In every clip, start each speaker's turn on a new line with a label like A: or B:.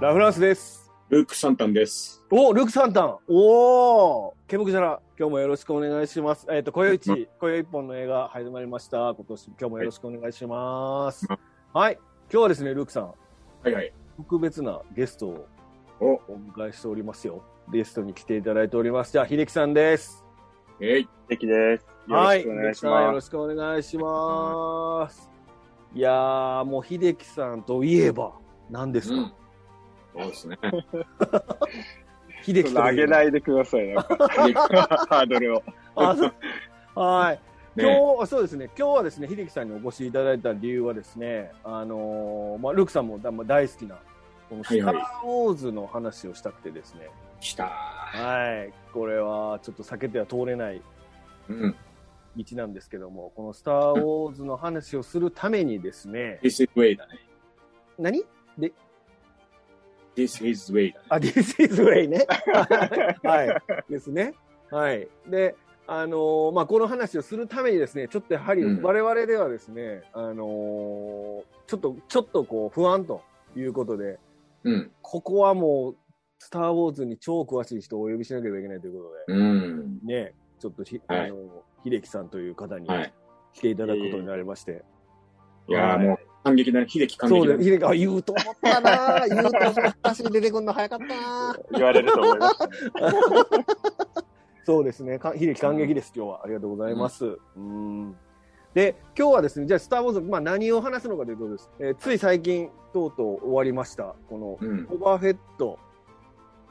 A: ラフランスです。
B: ルーク・サンタンです。
A: おルークサンタン。おーケボクジャラ、今日もよろしくお願いします。えっ、と、今宵
B: う
A: 一、今宵一本の映画始まりました。今年、今日もよろしくお願いします。はい。今日はですね、ルークさん、
B: はいはい。
A: 特別なゲストを
B: お、
A: お迎えしておりますよ。ゲストに来ていただいております。じゃあ、秀樹さんです。
B: えい。
C: 素敵です。よろしくお願
A: はい秀樹
C: いし
A: さんよ
C: ま
A: ろ
C: す。
A: しくお願いします。いやー、もう秀樹さんといえば、何ですか、
B: うんそうですね。
A: 秀樹
C: ちょっ
A: と
C: と上げ
A: いえば
C: ないでください、なんかハードルを。
A: あそうはい。今
B: ね、
A: 日、そうですね。今日はですね、秀樹さんにお越しいただいた理由はですね、あのーまあ、ルークさんもだまあ大好きな、この
B: はい
A: スタ
B: は
A: ー
B: い・
A: ウォーズの話をしたくてですね、
B: 来た。
A: はい。これはちょっと避けては通れない
B: うん。
A: 道なんですけども、このスター・ウォーズの話をするためにですね、
B: This is way だね。
A: 何
B: This is way だね。
A: あ、This is way ね。はい。ですね。はい。で、あのーまあ、この話をするためにですね、ちょっとやはり
B: うん
A: 我々ではですね、あのーちょっと、ちょっとこう不安ということで、
B: うん。
A: ここはもう、スター・ウォーズに超詳しい人をお呼びしなければいけないというこ
B: うん
A: と。で、ね、ちょっとひ、
B: はい
A: あのー秀樹さんという方に
B: はい。
A: 来ていただくことになりまして。
B: いやー
A: はい
B: もう、感激だね。秀樹感
A: そう
B: 激だ
A: です。
B: ね。
A: 秀樹、あ、言うと思ったな言うと思ったし、出てくるの早かったな
C: 言われると思います、ね。
A: そうですね。か秀樹感激です、今日は。ありがとうございます。うん。で、今日はですね、じゃあ、スター・ウォーズ、まあ、何を話すのかということです。えーつい最近、とうとう終わりました、この、
B: うん。
A: オーバーヘッド、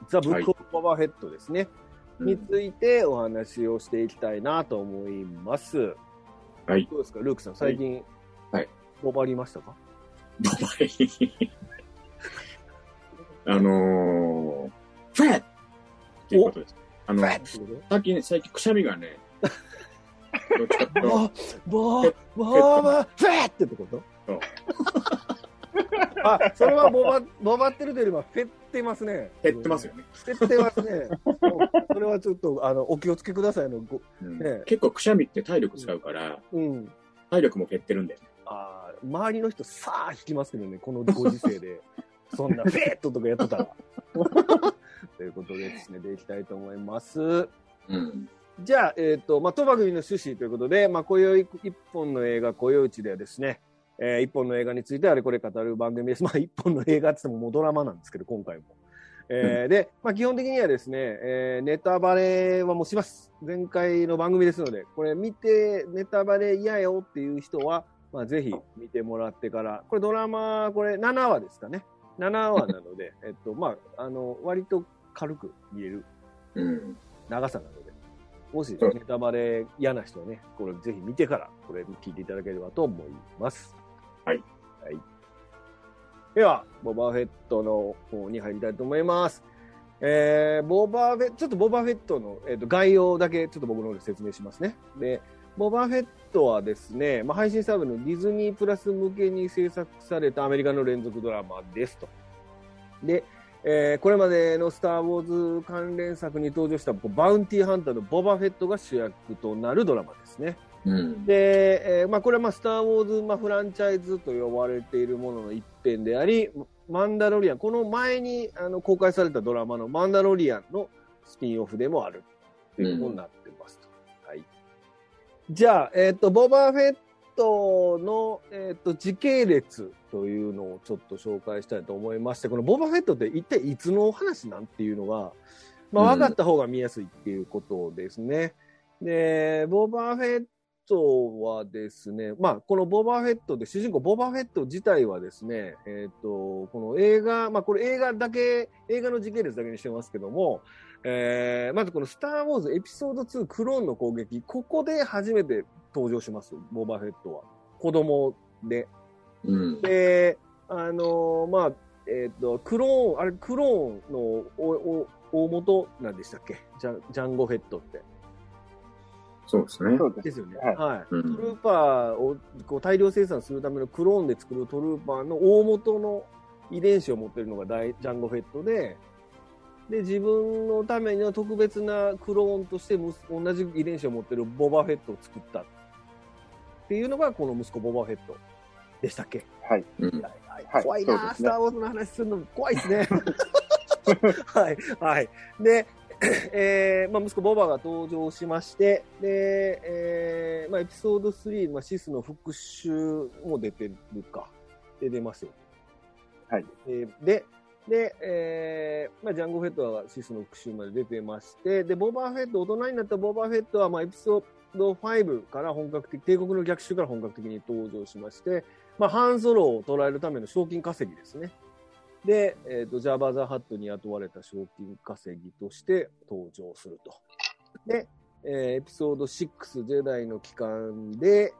A: ザ・ブック・オーバーヘッドですね、についてお話をしていきたいなと思います。
B: はい。
A: どうですか、ルークさん、最近、
B: はい。
A: 終わりましたか
B: あのー、フェッっていうことです。あの、さっきね、最近くしゃみが ね、どっちかっていうと
A: わわわわフェってってこと
B: そう
A: あそれはボバボバってるというよりはフェってますね
B: 減ってますよね。
A: フェってますね そうそれはちょっとあのお気をつけくださいのご
B: うん
A: ね
B: 結構くしゃみって体力使うから、
A: うん
B: 体力も減ってるんだよね。
A: あー周りの人さあ引きますけどねこのご時世で そんなフェットとかやって たらということでですねでいきたいと思います
B: うん。
A: じゃあ、えっ、と、まあ、当番組の趣旨ということで、まあ、今宵一本の映画、今宵一ではですね、えー一本の映画についてあれこれ語る番組です。まあ、一本の映画って言ってももうドラマなんですけど、今回も。えーで、まあ、基本的にはですね、えーネタバレはもうします。前回の番組ですので、これ見て、ネタバレ嫌よっていう人は、まあ、ぜひ見てもらってから、これドラマ、これ7話ですかね。7話なので、 えっと、まあ、あの、割と軽く言える
B: うん。
A: 長さなので、もし
B: そう
A: ネタバレ嫌な人はね、これぜひ見てから、これ聞いていただければと思います。
B: はい。
A: はい。では、ボバフェットの方に入りたいと思います。えー、ボバフェちょっとボバフェットの、えー、と概要だけちょっと僕の方で説明しますね。で、ボバフェットはですね、まあ、配信サービスのディズニープラス向けに制作されたアメリカの連続ドラマですと。で、えーこれまでの「スター・ウォーズ」関連作に登場したバウンティーハンターのボバフェットが主役となるドラマですね。
B: うん。
A: で、えーまあ、これはまあ「スター・ウォーズ」まあ、フランチャイズと呼ばれているものの一編であり「マンダロリアン」この前にあの公開されたドラマの「マンダロリアン」のスピンオフでもあるということになってますと。はい、じゃあ、えっとボバフェットの、えっと時系列というのをちょっと紹介したいと思いましてこのボバフェットって一体いつのお話なんていうのが、まあ、
B: うん
A: 分かった方が見やすいっていうことですね。でボバフェットはですね、まあ、このボバフェットで主人公ボバフェット自体はですね、えっとこの映画、まあ、これ映画だけ映画の時系列だけにしてますけども、えーまずこの「スター・ウォーズ」エピソード2クローンの攻撃ここで初めて登場しますボバフェットは子供で
B: うん。
A: であのーまあえっ、とクローンあれクローンのおお大元なんでしたっけジャンジャンゴフェットって
B: そうですね。
C: そうです。
A: ですよねは、
C: はいい
B: うん
A: トルーパーをこう大量生産するためのクローンで作るトルーパーの大元の遺伝子を持ってるのが大ジャンゴフェットでで自分のための特別なクローンとしてむす同じ遺伝子を持ってるボバフェットを作ったっていうのがこの息子ボバフェットでしたっけ、
C: はい。
B: うん
A: はい
C: はい
A: 怖い
C: そ
A: な、
C: うで
A: ス
C: すね
A: ター・ウォーズの話するの怖いです ね。 はい、はい。で、 えーまあ、息子ボバが登場しまして、で、えーまあ、エピソード3、まあ、シスの復讐も出てるか。で、出ますよ。
C: はい。
A: えーで、で、えーまあ、ジャンゴ・フェットはシスの復讐まで出てまして、で、ボバーフェット、大人になったボバーフェットは、まあ、エピソード5から本格的、帝国の逆襲から本格的に登場しまして、まあ、ハンソロを捕らえるための賞金稼ぎですね。で、えっ、と、ジャーバーザーハットに雇われた賞金稼ぎとして登場すると。で、えーエピソード6、ジェダイの帰還で、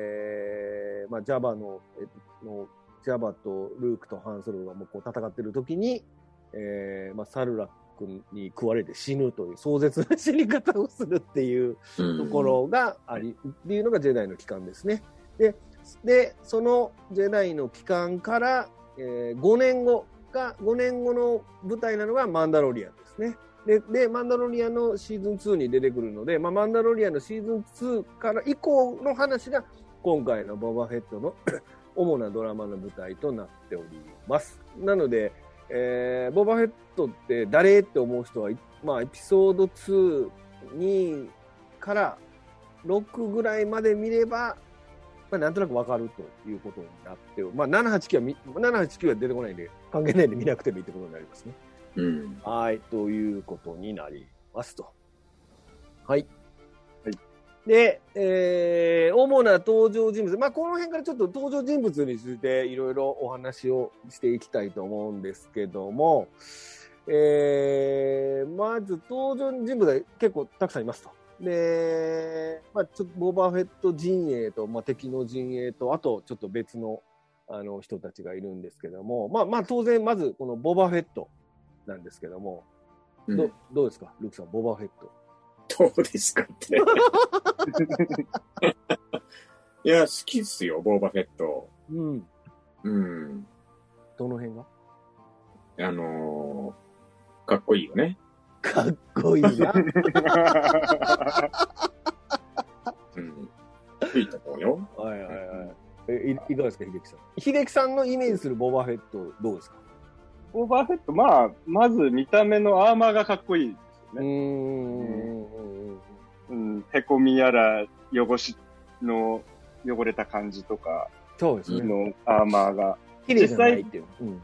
A: えーまあ、ジャバの、えーの、ジャバとルークとハンソロがもうこう戦ってる時に、えーまあ、サルラックに食われて死ぬという壮絶な死に方をするっていう、
B: うん
A: とこ。ろがあり、っていうのがジェダイの期間ですね。で、でそのジェダイの期間から、えー5年後が、5年後の舞台なのがマンダロリアンですね。で、で、マンダロリアンのシーズン2に出てくるので、まあ、マンダロリアンのシーズン2から以降の話が、今回のボバフェットの 主なドラマの舞台となっております。なので、えーボバフェットって誰って思う人は、いまあ、エピソード2にから6ぐらいまで見れば、まあ、なんとなくわかるということになっており、まあ、789はみ、789は出てこないんで、関係ないんで見なくてもいいってことになりますね。
B: うん。
A: はい、ということになりますと。はい。
C: はい
A: で、えー主な登場人物、まあ、この辺からちょっと登場人物についていろいろお話をしていきたいと思うんですけども、えーまず登場人物が結構たくさんいますと。で、まあ、ちょっとボバフェット陣営と、まあ、敵の陣営と、あとちょっと別のあの人たちがいるんですけども、まあ、まあ、当然、まずこのボバフェット。なんですけども、
B: うん
A: どどうですか、ルークさん、ボバフェット。
B: どうですかって。いや、好きっすよ、ボーバフェット。
A: うん、
B: うん。
A: どの辺が
B: あのー、かっこいいよね。
A: かっこいいな。
B: うん。いいと思うよ。
A: はいはいはい。えいいかがですか、秀樹さん。秀樹さんのイメージするボバフェット、どうですか
C: オーバーフェット、まあ、まず見た目のアーマーがかっこいいです
A: うー
C: よね。
A: ん。
C: うん、へこみやら、汚しの、汚れた感じとか
A: そうですね。
C: のアーマーが。
A: 綺麗じゃないっていう。うん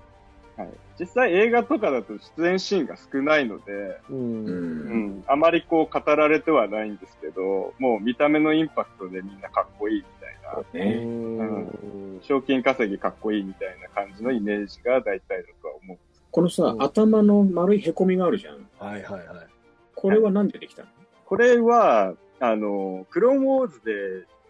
C: はい、実際映画とかだと出演シーンが少ないので、
A: うん
B: う。
C: うんん、あまりこう語られてはないんですけど、もう見た目のインパクトでみんなかっこいいみたいな。
B: そう
A: う
B: ね。
A: ん。
C: 賞金稼ぎかっこいいみたいな感じのイメージが大体だとは思う。
B: このさ、
A: うん
B: 頭の丸いへこみがあるじゃん。
A: はいはいはい。
B: これはなんでできたの、
C: これは、あの、クローンウォーズで、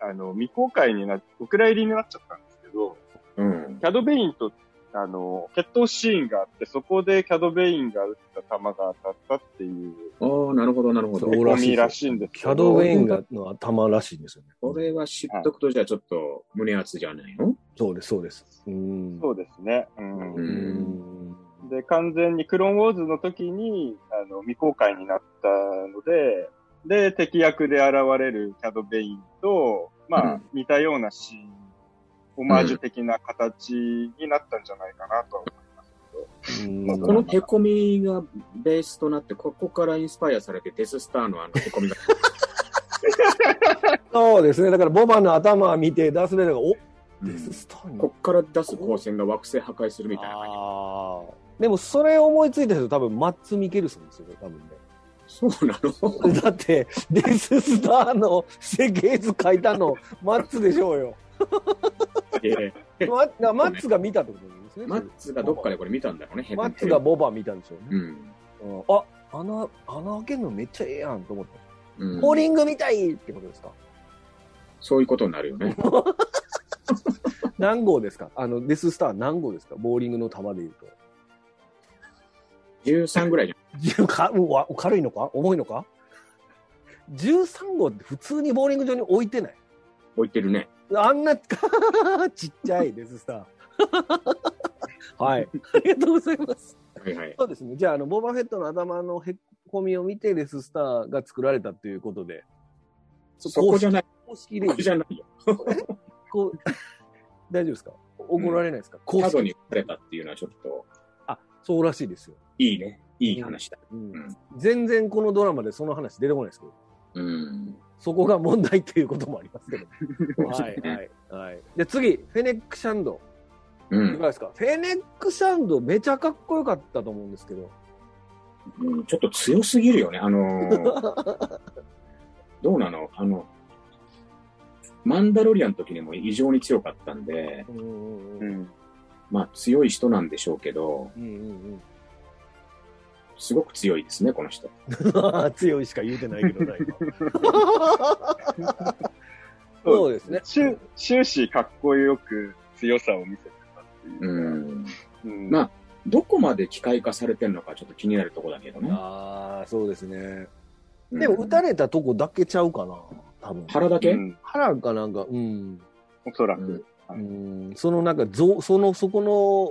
C: あの、未公開になっ、お蔵入りになっちゃったんですけど、
B: うん。
C: キャドベインと、あの、決闘シーンがあって、そこでキャドベインが撃った弾が当たったっていう、
B: ああ、なるほど、なるほ
A: そ
B: ど。
A: うら
C: 込
A: しい
C: みらしいんですけ
A: キ
C: ど
A: ャドウェインがの頭らしいんですよね。
B: これは知っとくと、じゃあちょっと胸熱じゃないの
A: そうです、そうです。うん。
C: そうですね。う。
A: うんん。
C: で、完全にクローンウォーズの時に、あの、未公開になったので、で、敵役で現れるキャドベインと、ま
B: う
C: あ
B: ん、
C: 似たようなシーン、オマージュ的な形になったんじゃないかなとは思いますけ
A: う
C: ど。
A: ん
B: まあこのへこみがベースとなって、ここからインスパイアされて、デススターのあのへこみが。
A: そうですね。だから、ボバの頭を見て、ダースベイダーが、おデススターに
B: こっから出す光線が惑星破壊するみたいな感
A: あーでもそれ思いついた人多分マッツ・ミケルソンですよね多分
B: じ。そう なの
A: ねだってデス・スターの設計図書いたのマッツでしょう よ
B: え
A: マッマッツが見たってことです
B: え
A: ね
B: マッツがどっかでこれ見たんだろうね、へこ
A: マ
B: み
A: ッツがボバ見たんでしょう
B: う
A: ね、
B: ん。
A: うんあ穴穴開けるのめっちゃええやんと思って
B: うん
A: ボーリングみたいってことですか
B: そういうことになるよね。
A: 何号ですかあのデス・スター何号ですかボーリングの球で言うと
B: 13ぐらいじ
A: 10かうわ軽いのか重いのか13号って普通にボーリング場に置いてない
B: ゃん置いてるね。
A: あんな、 ちっちゃいです、ス ター。はい。ありがとうございます。
B: はいはい。
A: そうですね。じゃあ、あの、ボバフェットの頭のへこみを見て、レススターが作られたということで。
B: そこじゃない。
A: 公式
B: こ
A: で
B: こ、じゃないよ。
A: こう、 大丈夫ですか怒られないですか、公
B: 過
A: 式
B: 度に打たれたっていうのはちょっと、
A: あ、そうらしいですよ。
B: いいね。いい話だ。
A: うん
B: うん
A: 全然このドラマでその話出てこないですけど、
B: うん。
A: そこが問題っていうこともありますけど。
B: そ
A: は
B: うで
A: い
B: すね
A: はいはい。で、次、フェネック・シャンド。
B: う
A: いかが
B: ん。
A: ですか、フェネック・シャンド、めちゃかっこよかったと思うんですけど。
B: うんちょっと強すぎるよね。あのーどうなのあの、マンダロリアンの時にも異常に強かったんで、
A: うんうんう
C: うんん。
B: まあ強い人なんでしょうけど、
A: うんうん
B: すごく強いですね、この人。
A: うん強いしか言うてないけどな、 今。そうですね。
C: 終終始かっこよく強さを見せてたっていうう。
B: ん。
C: うん
B: まあどこまで機械化されてるのかちょっと気になるとこだけどね。
A: ああ、そうですね。
B: うん
A: でも、撃たれたとこだけちゃうかな、多分。
B: 腹だけ、
C: うん
A: 腹かなんか、うん。
C: おそら
B: うん
C: く。はい
A: うん、そのなんかぞ、その、そこの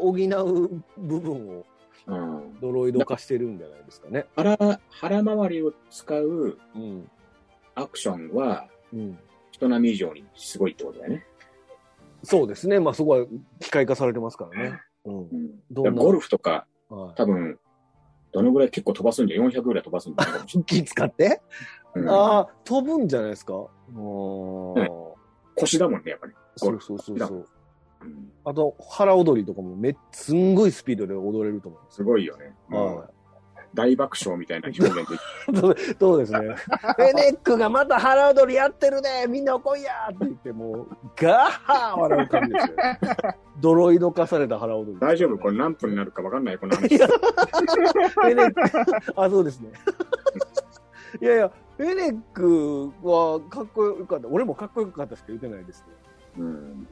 A: 補う部分を
B: うん
A: ドロイド化してるんじゃないですかね。
B: 腹、腹周りを使う
A: うん。
B: アクションは
A: うん。
B: 人並み以上にすごいってことだよね。
A: そうですね。まあ、そこは機械化されてますからね。うん
B: う。ん
A: どん
B: だ
A: な
B: からゴルフとか
A: は
B: 多分、どのぐらい結構飛ばすんじゃ、400ぐらい飛ばすんじゃないかもし
A: い。気使って
B: れない。
A: ああ、飛ぶんじゃないですか。ああ。そ
B: 腰だもんね、やっぱり。ゴル
A: うそうそうそう。
B: うん
A: あと、腹踊りとかもめっすんごいスピードで踊れると思うんです
B: す
A: よ。
B: ごいよね。もう
A: はい
B: 大爆笑みたいな 表現で。
A: そうそう ですね。フェネックがまた腹踊りやってるねみんな来いやって言って、もう、ガッハー笑う感じです よ。ドロイド化された腹踊り、
B: 大丈夫これ何分になるか分かんないこの話。
A: フェネック、あ、そうですね。いやいや、フェネックはかっこよかった。俺もかっこよかったしか言ってないですけ
B: うん。
A: ど。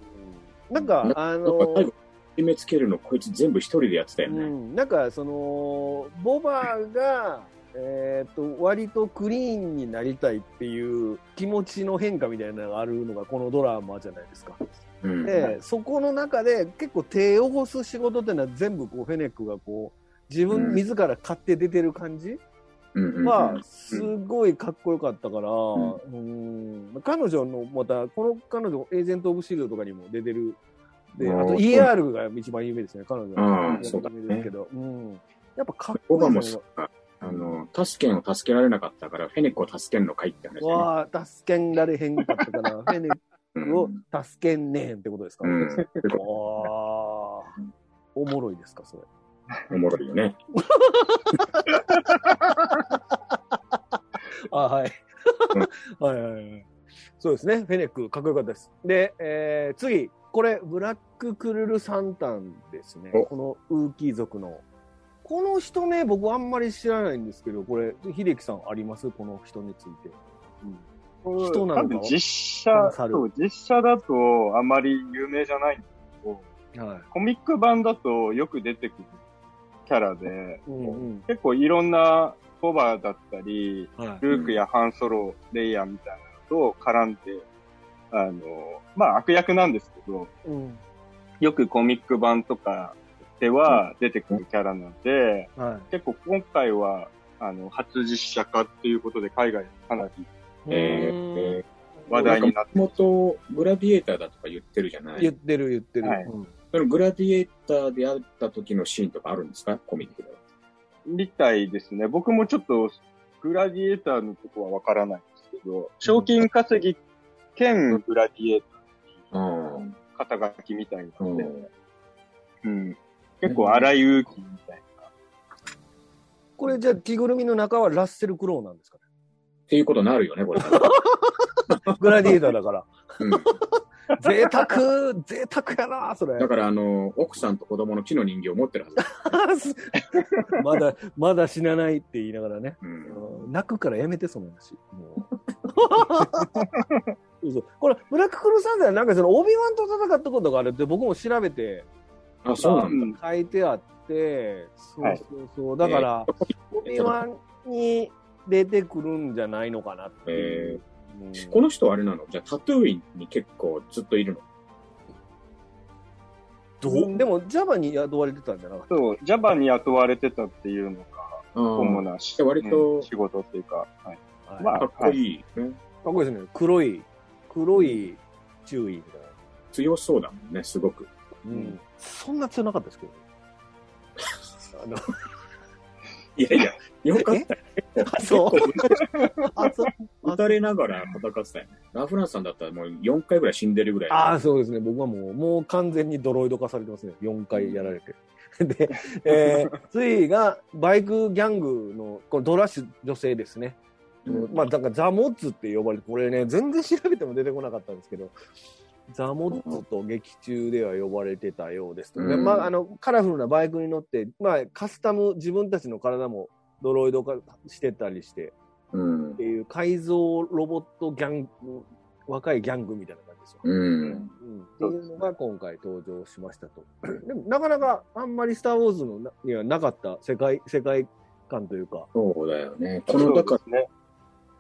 A: なんか、あ
B: なんか最
A: の
B: 後、決めつけるのこいつ全部一人でやってたよ
A: う
B: ね。
A: ん、なんかそのボバが、えー、と割とクリーンになりたいっていう気持ちの変化みたいなのがあるのがこのドラマじゃないですか。
B: うん。
A: でそこの中で結構手を干す仕事っていうのは全部こうフェネックがこう自
B: う
A: 分
B: ん
A: 自ら買って出てる感じ
B: うんうんうん
A: はすごいかっこよかったから、うん彼女のまたこの彼女エージェント・オブ・シールドとかにも出てるであ
B: あー
A: と ER が一番有名ですね彼女
B: あ
A: は
B: ーそうだね
A: 有名ですけど、うん、やっぱかっこ
B: オ
A: い
B: バ
A: い
B: も
A: の
B: さ
A: が、
B: あの、助けンを助けられなかったから、フェネックを助けんのかいって話だね。
A: わあ助けんられへんかったからフェネッ
B: うん
A: クを助けんねえんってことですか、
B: うん。
A: わあおもろいですかそれ
B: おもろいよね。
A: あ、はい。 はいはいはい。そうですね。フェネック、かっこよかったです。で、えー次。これ、ブラッククルルサンタンですね。
B: お
A: このウーキー族の。この人ね、僕あんまり知らないんですけど、これ、秀樹さんありますこの人について。人なのか
C: 多分実写
A: この、猿
C: そう、実写だとあまり有名じゃないんですけど、
A: はい。
C: コミック版だとよく出てくるキャラで、
A: うんうん。
C: 結構いろんなコバだったり、
A: はい。
C: ルークやハンソロ、レイヤーみたいなのと絡んで、あの、まあ悪役なんですけど、
A: うん。
C: よくコミック版とかでは出てくるキャラなんで、
A: は
C: 結構今回は、あの、初実写化っていうことで海外でかなり
A: い。
B: え
A: う
B: ー
A: ーん
B: えー
C: 話題になって
B: なんか元々グラディエーターだとか言ってるじゃない
A: 言ってる言ってる。
C: はい
A: うん
B: そのグラディエーターであった時のシーンとかあるんですかコミックでは。
C: みたいですね。僕もちょっと、グラディエーターのとこはわからないんですけど、賞金稼ぎ兼グラディエー
B: うん。
C: ター、肩書きみたいなので、
B: う
C: うん。結構荒い勇気みたい
A: これじゃあ着ぐるみの中はラッセル・クロウなんですか
B: っていうことになるよね、これ。
A: ねグラディエーターだから。
B: うん
A: 贅沢贅沢やなそれ。
B: だから、あの、奥さんと子供の木の人形を持ってるはずだ。
A: まだ、まだ死なないって言いながらね。
B: うん。
A: 泣くからやめて、その話。もうそうそうこれ、ブラッククロサンダーなんかその、オビワンと戦ったことがあるって僕も調べて
B: あ、そう
C: な。
B: な
C: うん
B: だ。
C: ん。
A: 書いてあって、そう
C: はい
A: そうそう。だから、オビワンに出てくるんじゃないのかなっていう。うん
B: この人はあれなのじゃあ、タトゥーインに結構ずっといるの
A: どうでも、ジャバに雇われてたんじゃなかった
C: そう、ジャバに雇われてたっていうのが主なし、
B: うん割と
C: うん仕事っていうか、はい、
A: はい
C: まあ
B: かっこいいね。
A: かっこいいですね。黒い、黒い注意みたいな。
B: 強そうだもんね、すごく。
A: うん、そんな強なかったですけど。あの
B: いやいや、よかったよ。
A: あそう
B: 結構
A: あそう
B: 打たれながら戦ってたよね。ラフランスさんだったらもう4回ぐらい死んでるぐらい。
A: ああ、そうですね。僕はもう、もう完全にドロイド化されてますね。4回やられて。で、えー、ついが、バイクギャングの、このドラッシュ女性ですね。
B: うん
A: まあ、だからザ・モッツって呼ばれて、これね、全然調べても出てこなかったんですけど、ザ・モッツと劇中では呼ばれてたようですと、ね
B: うん
A: まあ、あの、カラフルなバイクに乗って、まあ、カスタム、自分たちの体もドロイド化してたりして、
B: うん
A: って。いう改造ロボットギャング、若いギャングみたいな感じですよ。
B: うん。
A: うんっていうのが今回登場しましたと。 でもなかなかあんまり「スター・ウォーズのな」にはなかった世界世界観という か、
B: そうだよね。こ
C: そ
B: の、
C: うで
B: だから、
C: すね。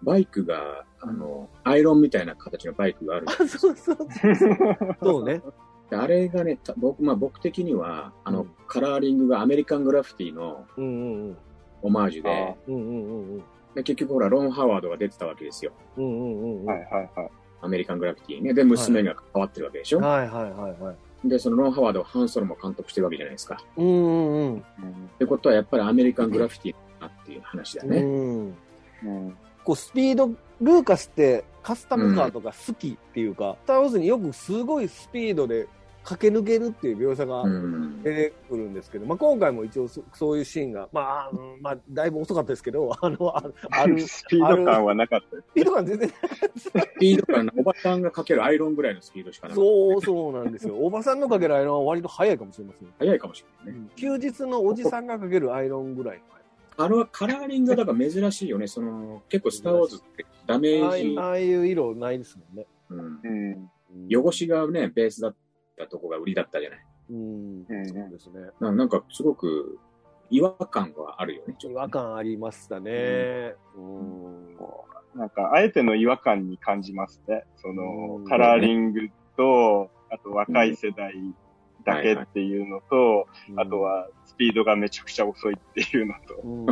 B: バイクが、あの、アイロンみたいな形のバイクがある。
A: そうそうそうね。
B: であれがね、た僕、まあ僕的には、あの、
A: うん
B: カラーリングがアメリカングラフィティの
A: うんうんうん
B: オマージュで
C: あ、
A: うんうんうんうん
B: で結局ほら、ロン・ハワードが出てたわけですよ。
A: うんうんうんうん
C: はいはいはい。
B: アメリカングラフィティね。で、娘が関わってるわけでしょ。
A: はいはいはいはい。
B: で、そのロン・ハワードをハンソロも監督してるわけじゃないですか。っ
A: うんうん
C: うん
B: てことは、やっぱりアメリカングラフィティだなっていう話だ
A: う
B: よね。
A: ん。うん
C: うん
A: こうスピードルーカスってカスタムカーとか好きっていうか、スター・ウォーズによくすごいスピードで駆け抜けるっていう描写が
B: うん。
A: 出てくるんですけど、まあ、今回も一応そそういうシーンが、まああのまあ、だいぶ遅かったですけど、あのああるス
C: スピード感はなかったです。
A: ピード感全然
B: スピード感のおばさんがかけるアイロンぐらいのスピードしかなかった
A: そうそうなんですよ、おばさんのかけるアイロンは割と早いかもしれません、
B: 早いかもしれないね。
A: 休日のおじさんがかけるアイロンぐらい
B: あれはカラーリングがだから珍しいよね。その、結構スター・ウォーズってダメ
A: のああ
B: ー
A: い
B: ジ
A: う、ああいう色ないですもんね。
B: うん
C: う、ん。
B: 汚しがね、ベースだったとこが売りだったじゃない。
A: うん、
C: うん
A: そうですね
B: ななんかすごく違和感があるよね、ちょ
A: 違
B: っと
A: 和感ありましたね。うん
C: なんか、あえての違和感に感じますね。そ
A: う
C: の
A: ん、
C: カラーリングと、あと若い世代だけっていうのと、あと、はスピードがめちゃくちゃ遅いっていうのと。
A: うん、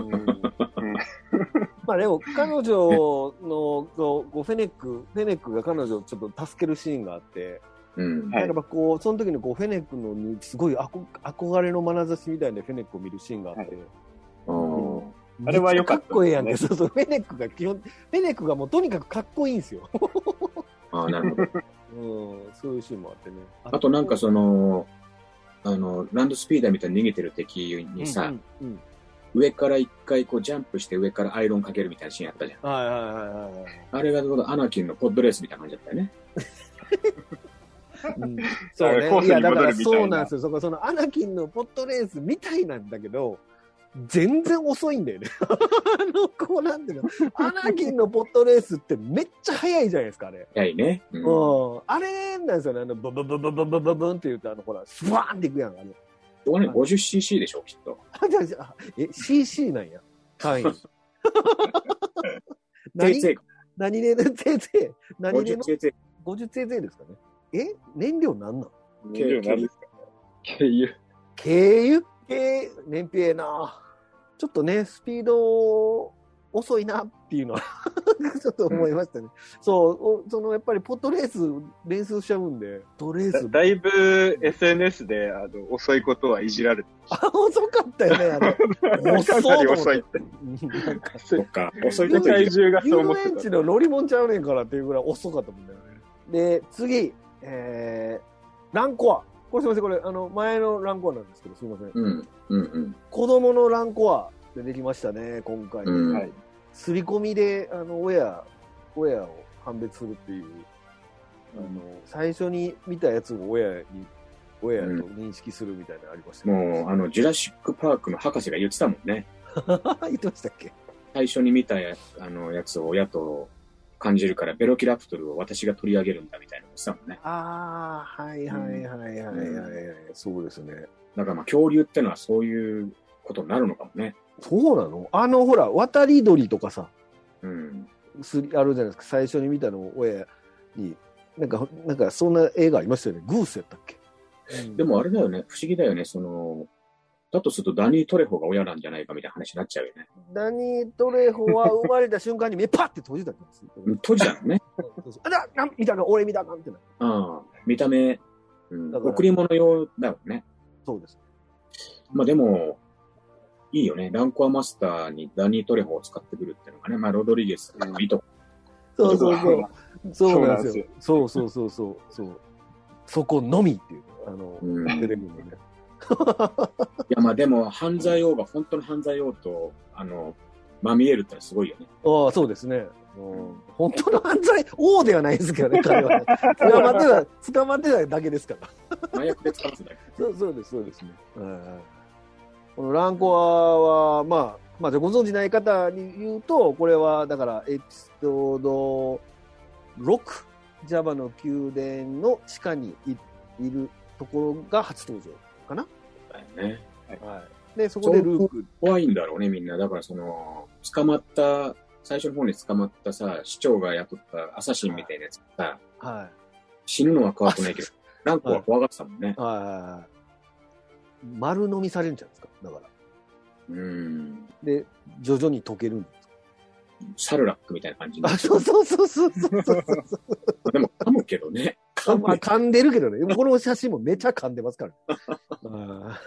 A: まあでも彼女のこうこうフェネックフェネックが彼女をちょっと助けるシーンがあって、
B: う
A: な
B: ん。
C: はい
A: んかやっぱこうその時にこうフェネックのにすごいあこ憧れの眼差しみたいなフェネックを見るシーンがあって、
C: はい
B: あー
C: あれは良かっ
A: め
C: た
A: ちゃかっこええやんけ、そうそうフェネックが基本フェネックがもうとにかくかっこいいんですよ、
B: あー、なるほど。
A: うん、そういうシーンもあってね
B: あとなんかその、あの、ランドスピーダーみたいに逃げてる敵
A: うん
B: にさ、
A: うんうん
B: 上から一回こうジャンプして上からアイロンかけるみたいなシーンあったじゃん。
A: はいはいはいはいはい
B: あれがどうだアナキンのポッドレースみたいな感じだったよね。
A: うんそう
C: だからコ
A: ね。
C: ース
A: い
C: に
A: や、だから
C: 戻るみたいな
A: そうなんですよ。そこ、そのアナキンのポットレースみたいなんだけど、全然遅いんだよね。あの、こうなんていうの、アナキンのポットレースってめっちゃ速いじゃないですか、あれ。
B: やいね。うん
A: うん。あれなんですよね。あの、ブブブブブブブブンって言うと、あの、ほら、スワーンっていくやん、あれ。
B: しょうがない 50cc でしょ、きっと。
A: あ、じゃあじゃあ、え、CC なんや。単位。何、
B: TT
A: 何で、全然、何での
B: 50cc。
A: 50全然ですかね。え、燃料なんなん
C: 経由なんですか経由。
A: 軽油系燃費ええなちょっとねスピード遅いなっていうのは ちょっと思いましたね、そうおそのやっぱりポットレース練習しちゃうんでポットレー
C: だ
A: ス
C: だいぶ SNS であの遅いことはいじられて
A: あ遅かったよねあれ遅
C: か
A: そう
C: なり遅いって。
A: うん
B: そっか、遅いこ
C: 世
B: と言う
C: 界中がそう思
A: 遊
C: って
A: 園地
C: た。
A: の乗り物ちゃうねんからっていうぐらい遅かったもんだよねで次えー、ランコアこれすみませんこれあの前のランコアなんですけどすみません
B: うん、うん、うん。
A: 子供のランコア出てきましたね今回、
B: うん
C: はい。
A: 刷り込みであの親親を判別するっていうあの最初に見たやつを親に親と認識するみたいなのありましたね、
B: もう、あの、ジュラシック・パークの博士が言ってたもんね。
A: 言ってましたっけ
B: 最初に見たやあのやつを親と感じるから、ベロキラプトルを私が取り上げるんだみたいなのを言ってたもんね。
A: ああはいはいはいはいはい、はいそうですね
B: だからまあ恐竜ってのはそういうことになるのかもね。
A: そうなのあのほら渡り鳥とかさ
B: うん。
A: すりあるじゃないですか最初に見たのを親になんかなんかそんな映画ありましたよねグースやったっけ、
B: でもあれだよね、不思議だよね、その、だとするとダニー・トレホが親なんじゃないかみたいな話になっちゃうよね。
A: ダニー・トレホは生まれた瞬間に目パッて 閉じたんです
B: 閉じたのね。
A: あらなん見たか俺見たかみたいな
B: ああ、見た目うん
A: だから
B: 贈り物用だもんね。
A: そうです。
B: まあでも、いいよね。ランコアマスターにダニー・トレホを使ってくるっていうのがね、まあロドリゲスのいいとこ。
A: そうそう
C: そ
A: そ
C: う
A: う。そうなん
C: そうなん
A: で
C: ですす
A: よ
C: よ。
A: そうそうそうそう。そうそこのみっていう、あの、
B: うん
A: テレビのね。
B: いやまあでも、犯罪王が本当の犯罪王と、あの、まみえるってのはすごいよね。
A: ああ、そうですね。うん本当の犯罪、王ではないですけどね、彼はね。 捕まってた、捕まってただけですから。
B: 麻薬で使ってたけ
A: そうそうです、そうですね。はいこのランコアは、まあ、まあ、じゃあご存じない方に言うと、これは、だから、エピソード6、ジャバの宮殿の地下にいいるところが初登場かな。
B: どね。
A: はい、で、そこでルーク。
B: 怖いんだろうね、みんな。だからその、捕まった、最初の方に捕まったさ、市長が雇ったアサシンみたいなやつがさ、
A: はい。
B: 死ぬのは怖くないけど、ランコは怖がってたもんね。
A: はい。丸飲みされるんじゃないですか。だから。
B: うん。
A: で、徐々に溶けるんですか。
B: シャルラックみたいな感じにな
A: あ、
B: って
A: そうそうそうそうそうそうそう。
B: でも噛むけどね。
A: あ
B: 噛
A: まあ、
B: む。
A: 噛んでるけどね。この写真もめちゃ噛んでますから、 ねあ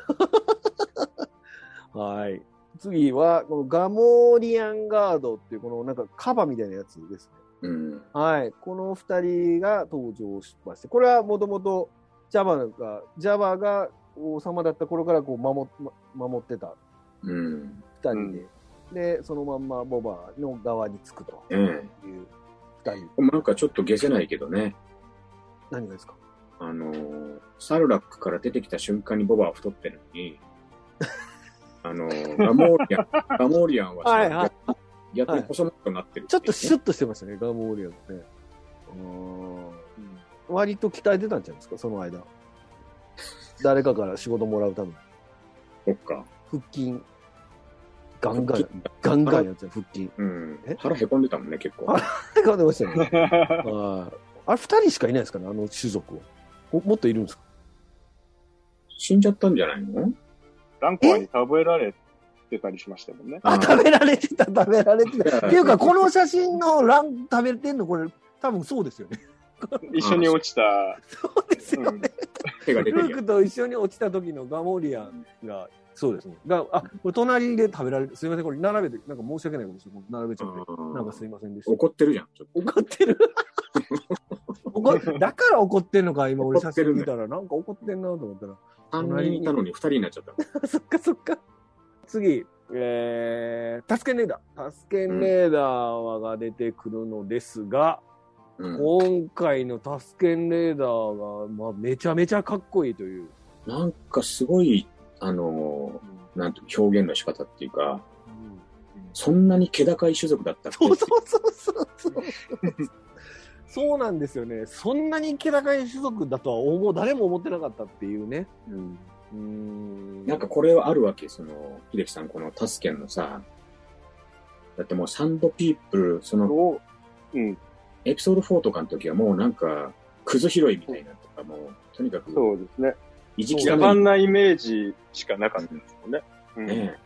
A: ー。 はい。次は、このガモーリアンガードっていう、このなんかカバみたいなやつですね。
B: うん。
A: はい。この二人が登場しまして、これはもともと Java が、Java が王様だった頃からこう守っま守ってた
B: うん。
A: 二人で、で、そのまんまボバの側につくと
B: うん。
A: いう二人。
B: なんかちょっと消せないけどね。
A: 何がですか
B: あのー、サルラックから出てきた瞬間にボバは太ってる のに、あのー、ガモーリアン、ガモーリアンはさ、
A: はいはい
B: 逆に細くなってる
A: ちょっとシュ
B: ュ
A: ッとしてましたね、ガモーリアンってね。うん割と鍛えてたんじゃないですか、その間。誰かから仕事もらうために。
B: そっか。
A: 腹筋、ガンガン、ガンガンやってた、腹筋。
B: うん
A: え。
B: 腹へこんでたもんね、結構。
A: 噛んでましたよね。はいあれ、二人しかいないですかね、あの種族は。ももっといるんですか
B: 死んじゃったんじゃないの
C: ランコアに食べられてたりしましたもんね。
A: あ、食べられてた、食べられてた。
B: っ
A: っていうか、この写真のラン食べてんの、これ、多分そうですよね。
C: 一緒に落ちた。
A: そうですよね。
B: 手が出て
A: ル
B: る
A: ー
B: や
A: ク
B: ん。
A: と一緒に落ちた時のガモリアンが、そうですね。が、あ、これ隣で食べられる。すいません、これ並べて、なんか申し訳ないかもしれない。並べちゃって。なんかすいませんでした。
B: 怒ってるじゃん、ちょっと。
A: 怒ってる怒っだから怒ってんのか、今俺写真見たら、なんか怒ってんなと思ったら。
B: 3人いたのに2人になっちゃった。
A: そっかそっか。次、えー、助けねえだ。助けねえだーが出てくるのですが、
B: うん。
A: 今回のタスケンレーダーが、まあ、めちゃめちゃかっこいいという。
B: なんかすごい、あのー、なんて表現の仕方っていうか、そんなに気高い種族だったっけ
A: そうそうそうそうそう。 そうなんですよね。そんなに気高い種族だとは思う、誰も思ってなかったっていうね。
B: うん
A: うーん。
B: なんかこれはあるわけ、その、秀樹さん、このタスケンのさ、だってもうサンドピープル、その
C: を、うん、
B: エピソード4とかの時はもうなんか、クズ拾いみたいなとか、もう、とにかく、
C: そうですね。
B: いじき
C: 邪
B: だ
C: 魔
B: ね。
C: なイメージしかなかったですもんね。うん、
B: ね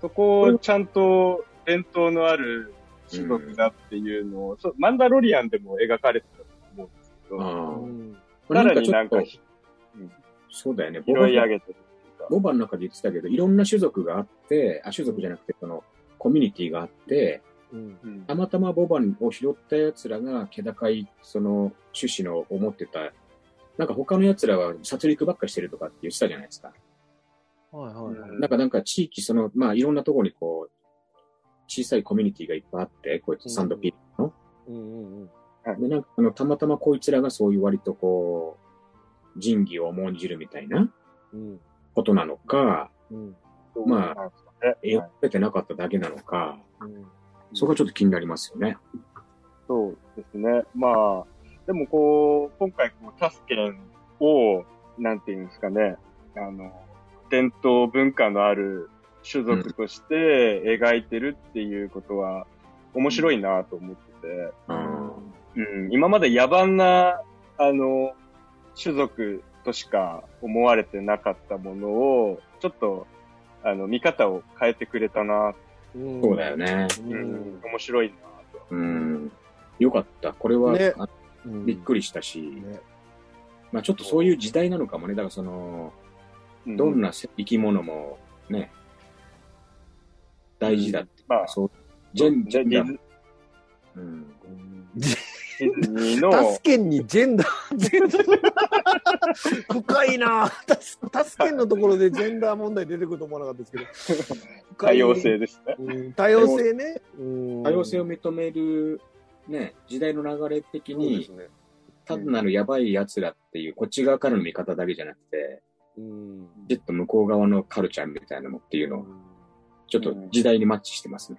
C: そこをちゃんと伝統のある種族だっていうのを、そうマンダロリアンでも描かれてたと思うんですけ
B: あ
C: ど、
A: う
B: あ
A: ん。
B: まあ
C: さらになんか
B: ちょっと
C: ひ、うん
B: そうだよね。ボバ
C: 拾い上げてるっていうか。
B: ボバの中で言ってたけど、いろんな種族があって、あ、種族じゃなくて、その、コミュニティがあって、
A: うん。
C: うん
B: たまたまボバを拾った奴らが、気高い、その、趣旨の思ってた、なんか他の奴らは殺戮ばっかりしてるとかって言ってたじゃないですか。
A: はいはいはい。
B: なんかなんか地域、その、まあいろんなところにこう、小さいコミュニティがいっぱいあって、こいつサンドピットの。
A: うんうんうん。
B: で、なんかあの、たまたまこいつらがそういう割とこう、仁義を重んじるみたいな
A: うん。
B: ことなのか、
A: うん。
B: まあ
C: そうなんですかね
B: 描
C: はい
B: かれてなかっただけなのか、
A: うん。
B: そこがちょっと気になりますよね。
C: そうですね。まあ、でもこう、今回こう、タスケンを、なんていうんですかね、あの、伝統文化のある種族として描いてるっていうことは、面白いなと思ってて、
B: うん。
C: うん、今まで野蛮な、あの、種族としか思われてなかったものを、ちょっと、あの、見方を変えてくれたな、
A: うん
B: そうだよ。ね。
A: う
C: うんん、。面白いなと。
B: うん。よかった。これは、
A: ね
B: あ
A: うん
B: びっくりしたし、
A: ね
B: ままあ、ちょっとそういう時代なのかもね。だからその、どん
C: な、
B: な生き物もね、大事だって。
C: まあ
B: そう、ジェン、ジェン
C: デ
B: ダー
C: ィズ
B: うん。
C: ディズニーの、
A: タスケンにジェンダー、 ジェンダー、深いなぁタスタスケンのところでジェンダー問題出てくると思わなかったですけど。
C: 多
A: 深い
C: 様。性ですね。
A: うん多様性ね。うん
B: 多様性を認める、ね、時代の流れ的
A: そうです
B: に、
A: ね。
B: 単なるやばい奴らっていう、こっち側からの見方だけじゃなくて、
A: うん。
B: ちょっと向こう側のカルチャーみたいなのっていうのを、ちょっと時代にマッチしてますね。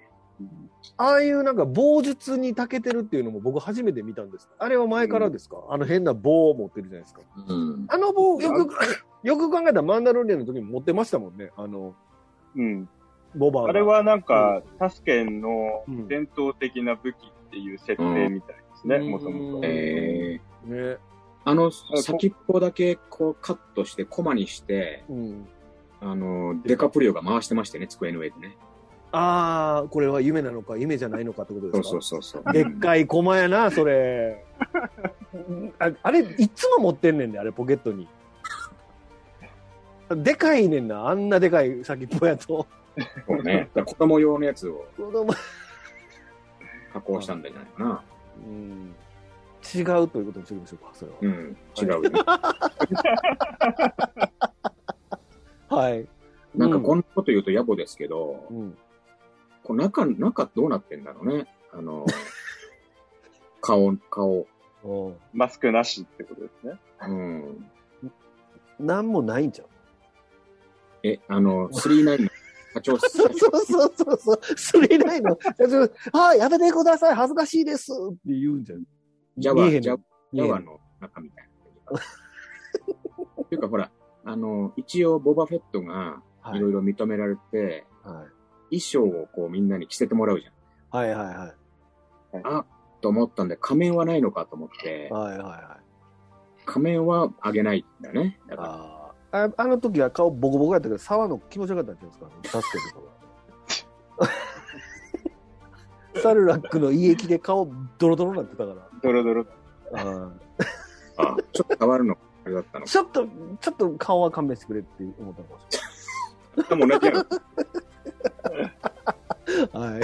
A: ああいうなんか棒術に長けてるっていうのも僕初めて見たんです。あれは前からですか、あの変な棒を持ってるじゃないですか。
B: うん。
A: あの棒、よく、よく考えたらマンダロリアンの時も持ってましたもんね。あの、
C: うん。
A: ボバが
C: あれ、はなんか、タスケンの
A: うん
C: 伝統的な武器っていう設定みたいですね、
A: うん
C: もともと。
B: えー、
A: ね。
B: あの、先っぽだけこうカットして、コマにして、
A: うん。
B: あの、デカプリオが回してましてね、机の上でね。
A: ああ、これは夢なのか夢じゃないのかってことです
B: そう
A: か
B: そうそうそう。
A: でっかい駒やな、それ。ああれ、いつも持ってんねんで、あれ、ポケット に。でかいねんな、あんなでかい先っぽやと。
B: そうね。だから子供用のやつを
A: 子供
B: 加工したんじゃないかな。
A: うん違うということにしておきましょうか、それは。
B: うん。違うよね。
A: はい。
B: なんかこんなこと言うと野暮ですけど、
A: うん、
B: こう中、中どうなってんだろうね。あの、顔、顔。
A: うん、
C: マスクなしってことですね。
B: うん。
A: なんもないんちゃう
B: え、あの、39の 課長室。
A: そうそうそうそう、それ以来の、ああ、やめてください、恥ずかしいですって言うんじゃん。
B: ジャ
A: 見
B: ワ、
A: えへ
B: ジ
A: ん
B: ャ
A: の見え
B: ワジャ
A: へん
B: ワの中みたいな。 っていうかほら、あの、一応ボバフェットが
A: はいい
B: ろいろ認められて、
A: はい
B: 衣装をこうみんなに着せてもらうじゃん。
A: はいはいはい。
B: あと思ったんで、仮面はないのかと思って、
A: はいはいはい。
B: 仮面はあげないんだね。だから
A: あああの時は顔ボコボコやったけど、沢の気持ちよかったんじゃないですか、助けてと か。サルラックの胃液で顔ドロドロになってたか
C: ドロドロ。
A: ら。うん
B: あちょっと変わるの、あれだったのか。
A: ちょっと、ちょっと顔は勘弁してくれって思ったのかもし
B: でも同じやろ。
A: れない。はい。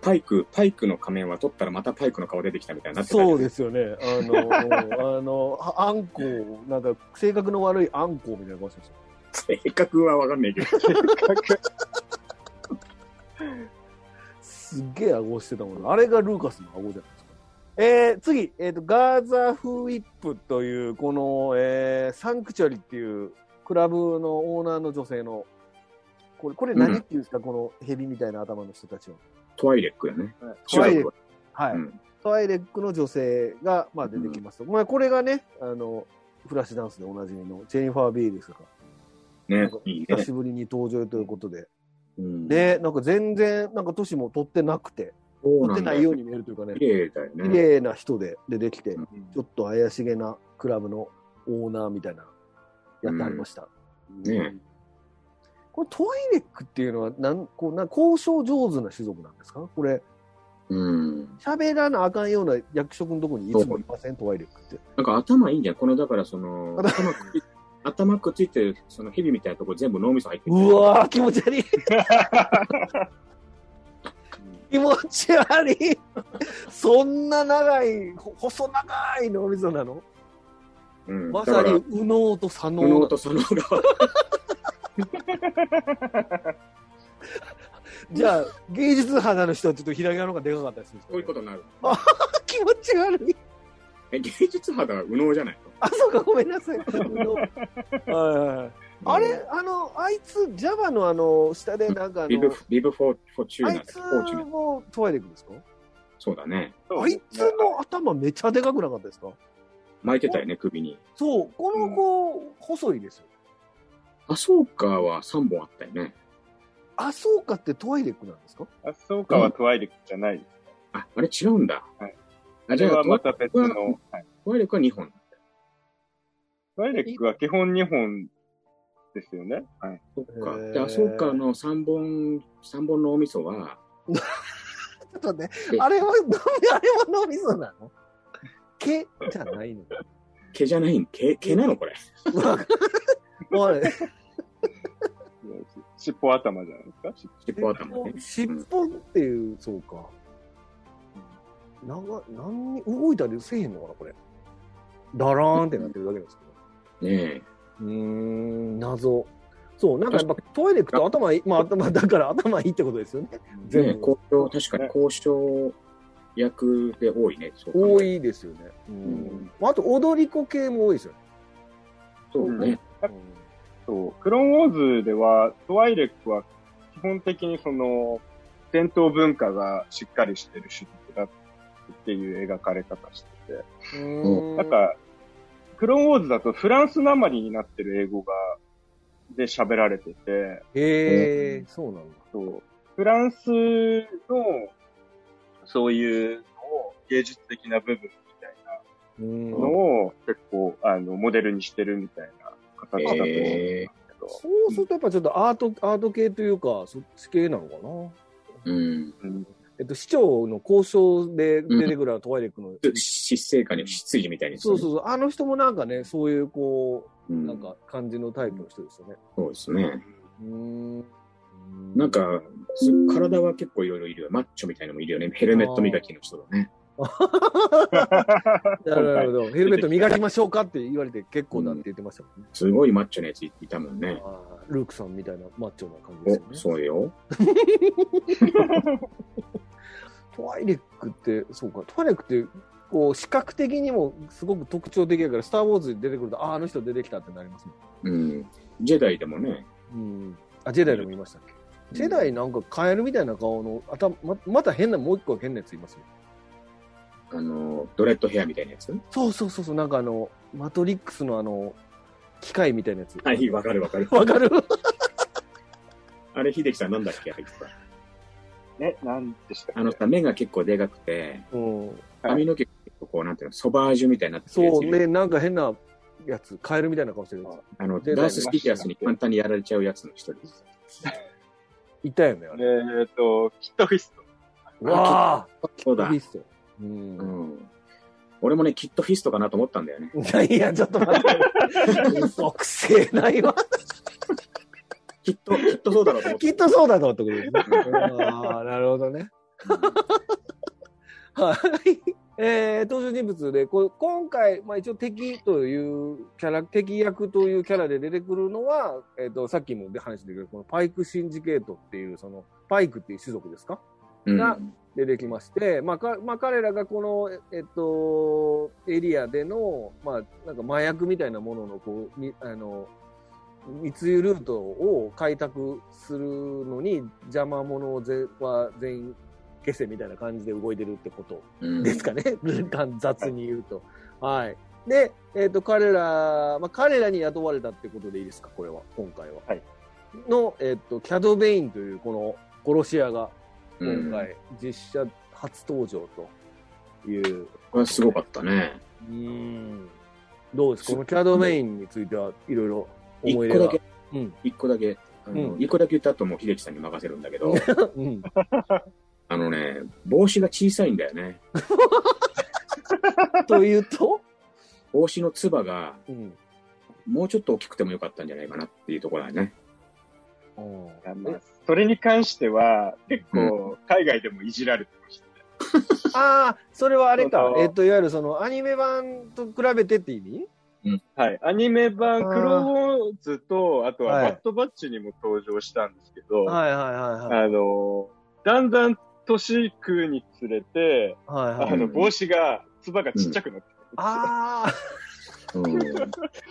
B: パイク、パイクの仮面は取ったらまたパイクの顔出てきたみたいになってたじゃん
A: そうですよね。あの、あの、ああんこう、なんか、性格の悪いあんこうみたいな顔してまし
B: 性格はわかんないけど。
A: た。すっげえ顎してたもんなあれがルーカスの顎じゃないですか。えー、次、えっ、と、ガーザフウィップという、この、えー、サンクチュアリっていう、クラブのオーナーの女性の、これ、これ何っていうんですか、このヘビみたいな頭の人たちは。
B: トワイレックやね。
A: トワイレッ
B: ク
A: ク。はい。
B: うん
A: トワイレックの女性が、まあ、出てきますと。まあ、これがね、あの、フラッシュダンスでおなじみのジェニファー・ビーですか。
B: ね、いい
A: 久
B: ね。
A: しぶりに登場ということで。
B: うん、
A: ね、なんか全然、なんか年も取ってなくて、
B: そう
A: 取
B: な
A: って
B: んだ
A: ないように見えるというかね、
B: 綺麗だよ
A: 綺
B: ね。
A: 麗な人で出てきて、
B: う
A: ち
B: ん
A: ょっと怪しげなクラブのオーナーみたいな、やってありました。
B: ねえ
A: これトワイレックっていうのはなんこうな交渉上手な種族なんですかこれ
B: うん。
A: 喋らなあかんような役職のとこにいつもいませんトワイレックって
B: なんか頭いいんじゃん。この、だからその、
A: 頭
B: 頭くっつい頭くっついてる、その蛇みたいなとこ全部脳みそ入ってる。
A: うわー気持ち悪い 気持ち悪いそんな長いほ細長い脳みそなの
B: うん、
A: ま
B: だ
A: さ
B: から
A: に、右脳と左
B: 右脳
A: 脳
B: と左脳が。
A: じゃあ芸術派の人はちょっと左側の方がでかかったりするんですか
B: こういうことになる。
A: 気持ち悪い
B: え、芸術肌は右脳じゃない
A: あそうかごめんなさい右脳はいはいはい
B: の
A: あれあのあいつ Java のあの下でなんかあ
B: ビブ
A: の、
B: ビブフォー、フォーチュー
A: あ
B: ナ
A: い
B: ー
A: つ
B: だフォーチューナー。
A: もトワイレックですか
B: そうだね。
A: あいつの頭めちゃでかくなかったですか
B: 巻いてたよね、首に。
A: そうこの子、細いですよ
B: あ、そうかは3本あったよね。
A: あそうかってトワイレックなんですか
C: あ、そうかはトワイレックじゃない。
B: あ、あれ違うんだ。
C: はい
B: あ、
C: あ
B: じ
C: れ
B: ゃあ、
C: は
B: トワ
C: ま
B: イレ
C: た別の。はい
B: ックは2本。
C: トワイレックは基本2本ですよね。はい。
B: そっ
A: へ
B: か。
A: ー
B: で、あ、そうかの3本、三本のお味噌は、
A: ちょっとね
B: え
A: あれはあれは脳みそなの毛じゃないの
B: 毛じゃないん、毛、毛なのこれ。
A: わかもうね
C: 尻尾頭じゃないですか尻
B: 尻尾頭ね。
A: 尻尾っていう、そうか。長、何に、動いたりせえへんのかな、これ。だらーんってなってるだけなんですけど。
B: ね
A: うーん、謎。そう、なんかやっぱトイレ行くと頭いい、まあ頭、だから頭いいってことですよね。
B: え。
A: 全部
B: ねえ、交渉、確かに交渉役で多いね。そう考え
A: 多
B: る
A: いですよね。う
C: 尾。
A: ん。あと、踊り子系も多いですよね。
B: と。そうね。
C: そう。クローンウォーズでは、トワイレックは基本的にその、伝統文化がしっかりしてる種族だっていう描かれ方してて。
A: うん
C: なん、か、クローンウォーズだとフランスなまりになってる英語が、で喋られてて、
A: へえ、そうなんだ。
C: そう。フランスの、そういうのを芸術的な部分みたいな
A: うん
C: のを結構、あの、モデルにしてるみたいな形だと思うんですけど。
A: そうするとやっぱちょっとアート、アート系というか、そっち系なのかな。
B: うん。
C: うん
A: えっと、市長の交渉で出てくるトワイレックの、
B: 失勢下に失意みたいに
A: そうそうそう、あの人もなんかね、そういうこ
B: う
A: う、
B: ん。
A: なんか感じのタイプの人ですよね。
B: そうですね。
A: うん。
B: なんか、す体は結構いろいろいるよ。マッチョみたいのもいるよね。ヘルメット磨きの人だね。
A: なるほど。ヘルメット磨きましょうかって言われて結構だって言ってましたもんね。
B: すごいマッチョなやついたもんね。
A: あールークさんみたいなマッチョな感じですよ
B: お、
A: ね。
B: そうよ。
A: トワイレックって、そうか、トワイレックって、こう、視覚的にもすごく特徴的やから、スター・ウォーズに出てくると、ああ、あの人出てきたってなりますも
B: うん。ジェダイでもね。
A: ん。うん。あ、ジェダイでもいましたっけ、ジェダイなんかカエルみたいな顔の、頭、ままた変な、もう一個変なやついますよ。
B: あの、ドレッドヘアみたいなやつ
A: そうそうそうそう、なんかあの、マトリックスのあの、機械みたいなやつ。
B: はい、わかる わかる。
A: わかる
B: あれ、秀樹さんなんだっけ入ってた。
C: ね、なんでしたっけ
B: あのさ、目が結構でかくて、
A: うん。
C: はい
B: 髪の毛結構こう、なんていうの、ソバージュみたいになってるや
A: そ
B: つ
A: う
B: いる
A: ね、なんか変なやつ、カエルみたいな顔してるや
B: あの、
A: で
B: ダース・スピリアスに簡単にやられちゃうやつの一人です。
A: つ。いたよね、あれ。
C: えっと、キットフィスト。
A: わあ
B: そうだ
A: フィ。スト。う。
B: うんん。俺もね、キットフィストかなと思ったんだよね。
A: いやいや、ちょっと待って。 嘘くせえないわ。
B: きっと、きっとそうだろうと思 っ
A: き
B: て。
A: っとそうだとってことですね。
B: う
A: ああ、なるほどね。 はい。えー、登場人物で、こう今回、まあ、一応敵というキャラ、敵役というキャラで出てくるのは、えっ、と、さっきも話してるこのパイクシンジケートっていう、その、パイクっていう種族ですか
B: うん
A: な出てきまして、まあかまあ、彼らがこの、ええっと、エリアでの、まあ、なんか麻薬みたいなもののこうみあの密輸ルートを開拓するのに邪魔者をぜは全員消せみたいな感じで動いてるってこと
B: うん
A: ですかね、 雑に言うと。はい、で、えっと彼ら、まあ、彼らに雇われたってことでいいですか、これは、今回は。
C: はい
A: の、えっとキャド・ベインというこの殺し屋が今
B: うん
A: 回、実写初登場という。
B: これはすごかったね。
A: うん。どうですかこのキャドメインについてはいろいろ
B: 一
A: 思
B: 個
A: い出
B: だ
A: が。
B: け、
A: うん。
B: 一個だけ、あの
A: うん
B: 一個だけ言った後もう秀樹さんに任せるんだ けど、
A: うん。
B: あのね、帽子が小さいんだよね。
A: というと、
B: 帽子のつばが、
A: うん。
B: もうちょっと大きくてもよかったんじゃないかなっていうところだね。
C: あのそれに関しては、結構、海外でもいじられてましたね。
A: ああ、それはあれ
C: そ
A: か
C: う。そう
A: えっと、いわゆるそのアニメ版と比べてって意味
C: はい。アニメ版、
A: あー
C: クローンウォーズと、あとは
A: はい
C: バッドバッチにも登場したんですけど、
A: はいはいはいはい。
C: あの、だんだん年食うにつれて、
A: はいは
C: あ
A: い。
C: の、帽子が、つばがちっちゃくなって
A: あ
B: うん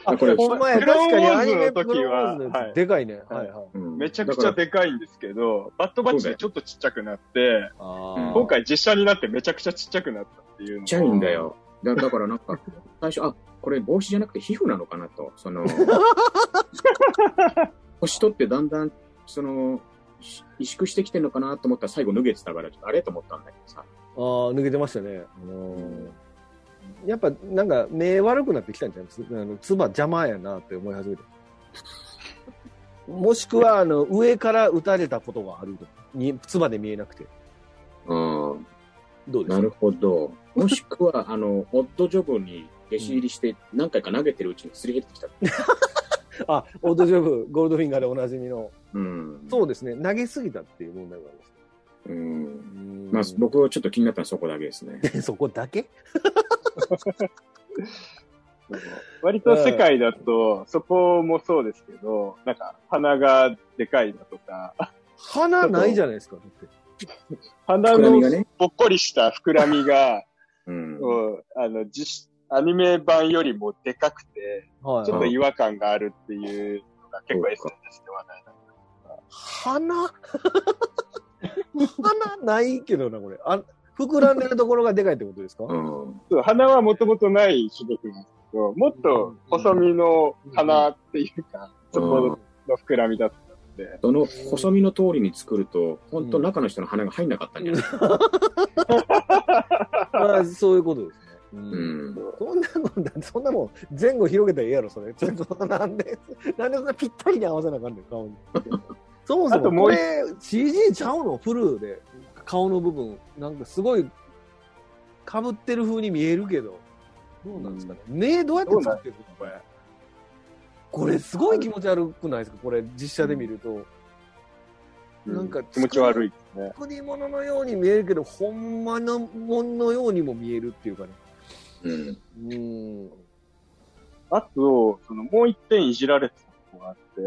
A: あ、
B: これ
A: お前
C: クローン
A: 確かに
C: ウォ
A: ア
C: ーズ
A: ニメ
C: の時は
A: クローンウォーズのやつでかいね。はいはい。
B: うん
C: めちゃくちゃ
B: だか
C: でかいんですけど、バッドバッチでちょっとちっちゃくなって、
A: あ
B: うん
A: ー
C: 今回実写になってめちゃくちゃちっちゃくなったっていう
B: ら
C: の
B: ちっちゃいんだよ。だだからなんか、最初、あ、これ帽子じゃなくて皮膚なのかなと。そ の、年取ってだんだん、その、し萎縮してきてるのかなと思ったら最後脱げてたから、ちょっとあれと思ったんだけどさ。
A: あー抜けてましたね。うんやっぱなんか目悪くなってきたんじゃないですか。あの唾邪魔やなって思い始めて。もしくはあの上から撃たれたことがあると。に唾で見えなくて。
B: うん。
A: どうで
B: な
A: す
B: る
A: か
B: ほど。もしくは、あの、オッドジョブに弟子入りして何回か投げてるうちにすり減ってきた。
A: あ、オートジョブ、ゴールドフィンガーでおなじみの。
B: うん。
A: そうですね、投げすぎたっていう問題があります。
B: うん。
A: うん
B: まあ、僕はちょっと気になったのはそこだけですね。
A: そこだけ
C: 割と世界だと、そこもそうですけど、なんか、鼻がでかいだとか、
A: 鼻ないじゃないですか。だって
C: 鼻
B: 膨らみ
C: の
B: がね
C: ぽっこりした膨らみが、
B: うん。
C: うんあの、実アニメ版よりもでかくて、
A: はい
C: ちょっと違和感があるっていうのが結構 SNS で話題なんです
A: 鼻 鼻ないけどな、これ。あ膨らんでるところがでかいってことですか、
B: うん。
C: そう鼻はもともとない種族なんですけど、もっと細身の鼻っていうか、
B: うん
C: そこの膨らみだったんで、
B: その細身の通りに作ると、本当中の人の鼻が入んなかったんじゃない
A: まあ、そういうことですね。う
B: うんん。
A: そんなもんだ、そんなもん、前後広げたらええやろ、それ。ちょっと、なんで、なんでそんなぴったりに合わせなあかんねん、顔に。そもそ
C: あと
A: も、こ
C: もう一
A: れ、CG ちゃうのフルで、顔の部分、なんかすごい、被ってる風に見えるけど、どうなんですかね。目、どうやって作ってるのこれ。これ、すごい気持ち悪くないですかこれ、実写で見ると。なんか
C: う気持ち悪いですね。
A: 作り物のように見えるけど、ほんまのもんのようにも見えるっていうかね。
B: うん。
A: うん。
C: あと、そのもう一点いじられてたとこがあって、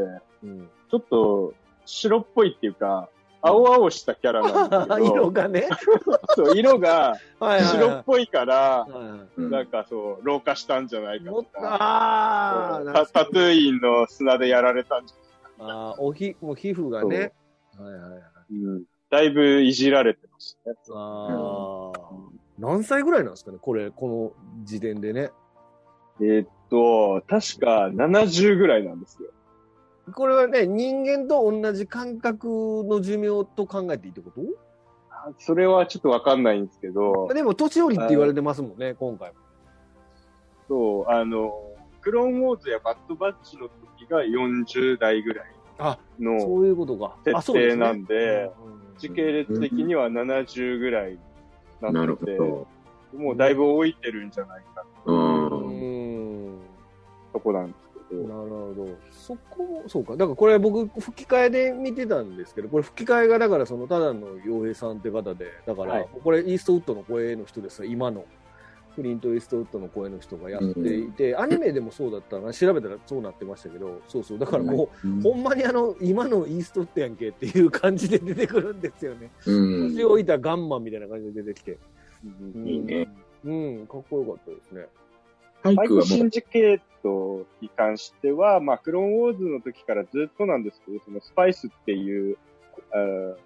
A: うん、
C: ちょっと白っぽいっていうか、青々したキャラなん ですけど、
A: 色がね。
C: そう色が
A: はいはい
C: 白っぽいから、
A: は
B: うん
C: なんかそう、老化したんじゃない
A: い。
C: か
A: も
C: と
A: っと、
C: か、
A: あ
C: うん
A: あ
C: タタトゥーインの砂でやられたんじゃ
A: あーおひ、もう皮膚がね。はいはいはい。
C: ないか、だいぶいじられてますね。
A: ああ、何歳ぐらいなんですかね、これ、この時点でね。
C: えーっと、確か70ぐらいなんですよ。
A: これはね、人間と同じ感覚の寿命と考えていいってこと
C: あそれはちょっとわかんないんですけ
A: ま
C: ど
A: あ、でも、年寄りって言われてますもんね、今回も。
C: そう、あの、クローンウォーズやバッドバッチの時が40代ぐらい
A: あ、そ
C: の
A: ういうことか。あ、そ
C: 設
A: うで
C: 定
A: す
C: な
A: ね。
C: んで、
A: うん
C: 時系列的には70ぐらいに
B: な
C: な
B: る
C: っ
B: ほ
C: てて、
B: ど。
C: もうだいぶ老いてるんじゃないか
B: う。
A: うんん。
C: とこなんですけど。
A: なるほど。そこも、そうか。だからこれ僕、吹き替えで見てたんですけど、これ吹き替えが、だからその、ただの洋平さんって方で、だから、
C: はい
A: これ、イーストウッドの声の人ですよ今の。クリント・イーストウッドの声の人がやっていて、アニメでもそうだったな、調べたらそうなってましたけ ど、そうそう。だからも
B: う
A: う、
B: ん
A: ほんまにあの、今のイーストウッドやんけっていう感じで出てくるんですよね。
B: うん
A: 年老いたガンマンみたいな感じで出てきて。
C: うん
B: いいね。
A: うん、かっこよかったですね。
B: ハイ
C: バイ
B: ク
C: ク
B: はも
C: シ
B: う
C: ン、ジケートに関しては、まあ、クローンウォーズの時からずっとなんですけど、そのスパイスっていう、あー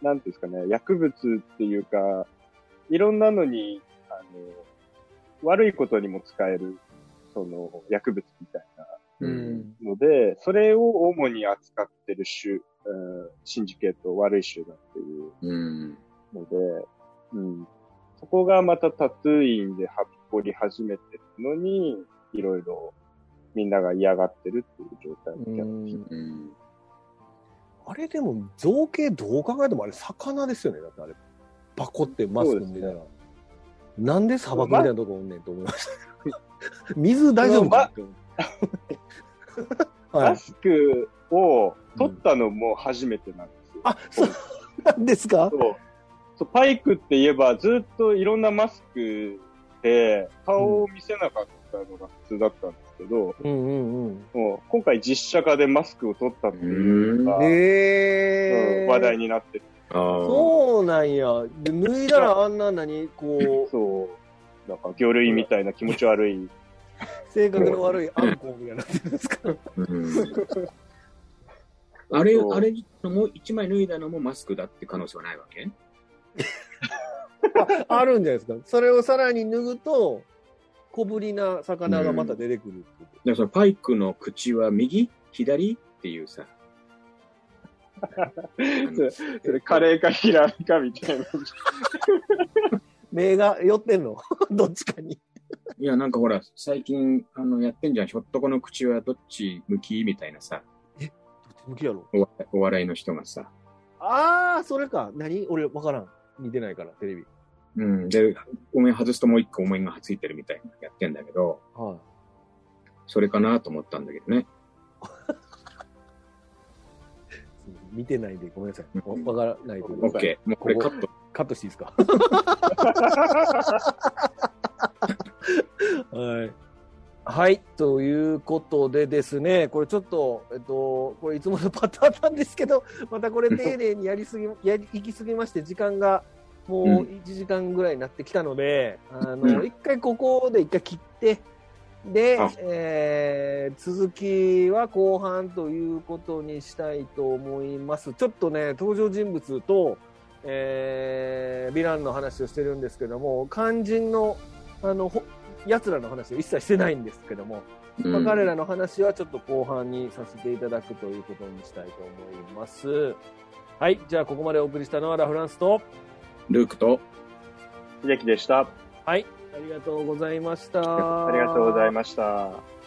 C: なんていうんですかね、薬物っていうか、いろんなのに、あの、悪いことにも使える、その、薬物みたいな
B: うん。
C: ので、それを主に扱ってる州、うんシンジケート、悪い州だっていう
B: うん。
C: ので、うん。そこがまたタトゥーインではっこり始めてるのに、いろいろみんなが嫌がってるっていう状態のキャラ
A: うん
B: うん。
A: あれでも造形どう考えてもあれ魚ですよね。だってあれ、パコってマスクみたいな。なんで砂漠みたいなとこおんねんと思いました。 水大丈夫かって思うは
C: マ
A: い。
C: スクを取ったのも初めてなんですよ。
A: あ、そうなんですか
C: そうそうパイクって言えばずっといろんなマスクで顔を見せなかったのが普通だったんですけど、
A: うんうんうん。
C: もう今回実写化でマスクを取ったっていうのが、
A: え
C: う
A: え
C: ん
A: ー。
C: 話題になってて、
B: ああ。
A: そうなんや。で脱いだらあんな何こう、
C: そう、なんか魚類みたいな気持ち悪い
A: 性格の悪いアンコウみたいになってるんですか
B: うんあれ、
C: そう
B: あれのもう一枚脱いだのもマスクだって可能性はないわけ
A: あるんじゃないですか。それをさらに脱ぐと、小ぶりな魚がまた出てくるってこと。
B: でもそのパイクの口は右左っていう さ。
C: それ、それカレーかヒラメかみたいな。
A: 目が寄ってんの どっちかに。
B: いや、なんかほら、最近、あの、やってんじゃん。ひょっとこの口はどっち向きみたいなさ、
A: どっち向きやろ
B: お笑いお笑いの人がさ。
A: ああ、それか。何俺、わからん。見てないから、テレビ。
B: うん。で、お面外すともう一個お面がついてるみたいなのやってんだけど、
A: は
B: それかなと思ったんだけどね。
A: い。見てないでごめんなさい。わわからないけど。
B: OK。もうこれカット。
A: カットしていいですか はい。はい。ということでですね、これちょっと、えっと、これいつものパターンなんですけど、またこれ丁寧にやりすぎ、やり、行き過ぎまして、時間がもう
B: うん
A: 1時間ぐらいになってきたので、あ
B: う
A: の、
B: ん
A: 一回ここで一回切って、で
B: あ、
A: えー続きは後半ということにしたいと思います。ちょっとね、登場人物と、えー、ヴィランの話をしてるんですけども、肝心の、あの、ほ奴らの話を一切してないんですけども、まあ
B: うん
A: 彼らの話はちょっと後半にさせていただくということにしたいと思います。はい、じゃあここまでお送りしたのはラ・フランスと、
B: ルークと、
C: 秀樹でした。
A: はい、ありがとうございました。
C: ありがとうございました。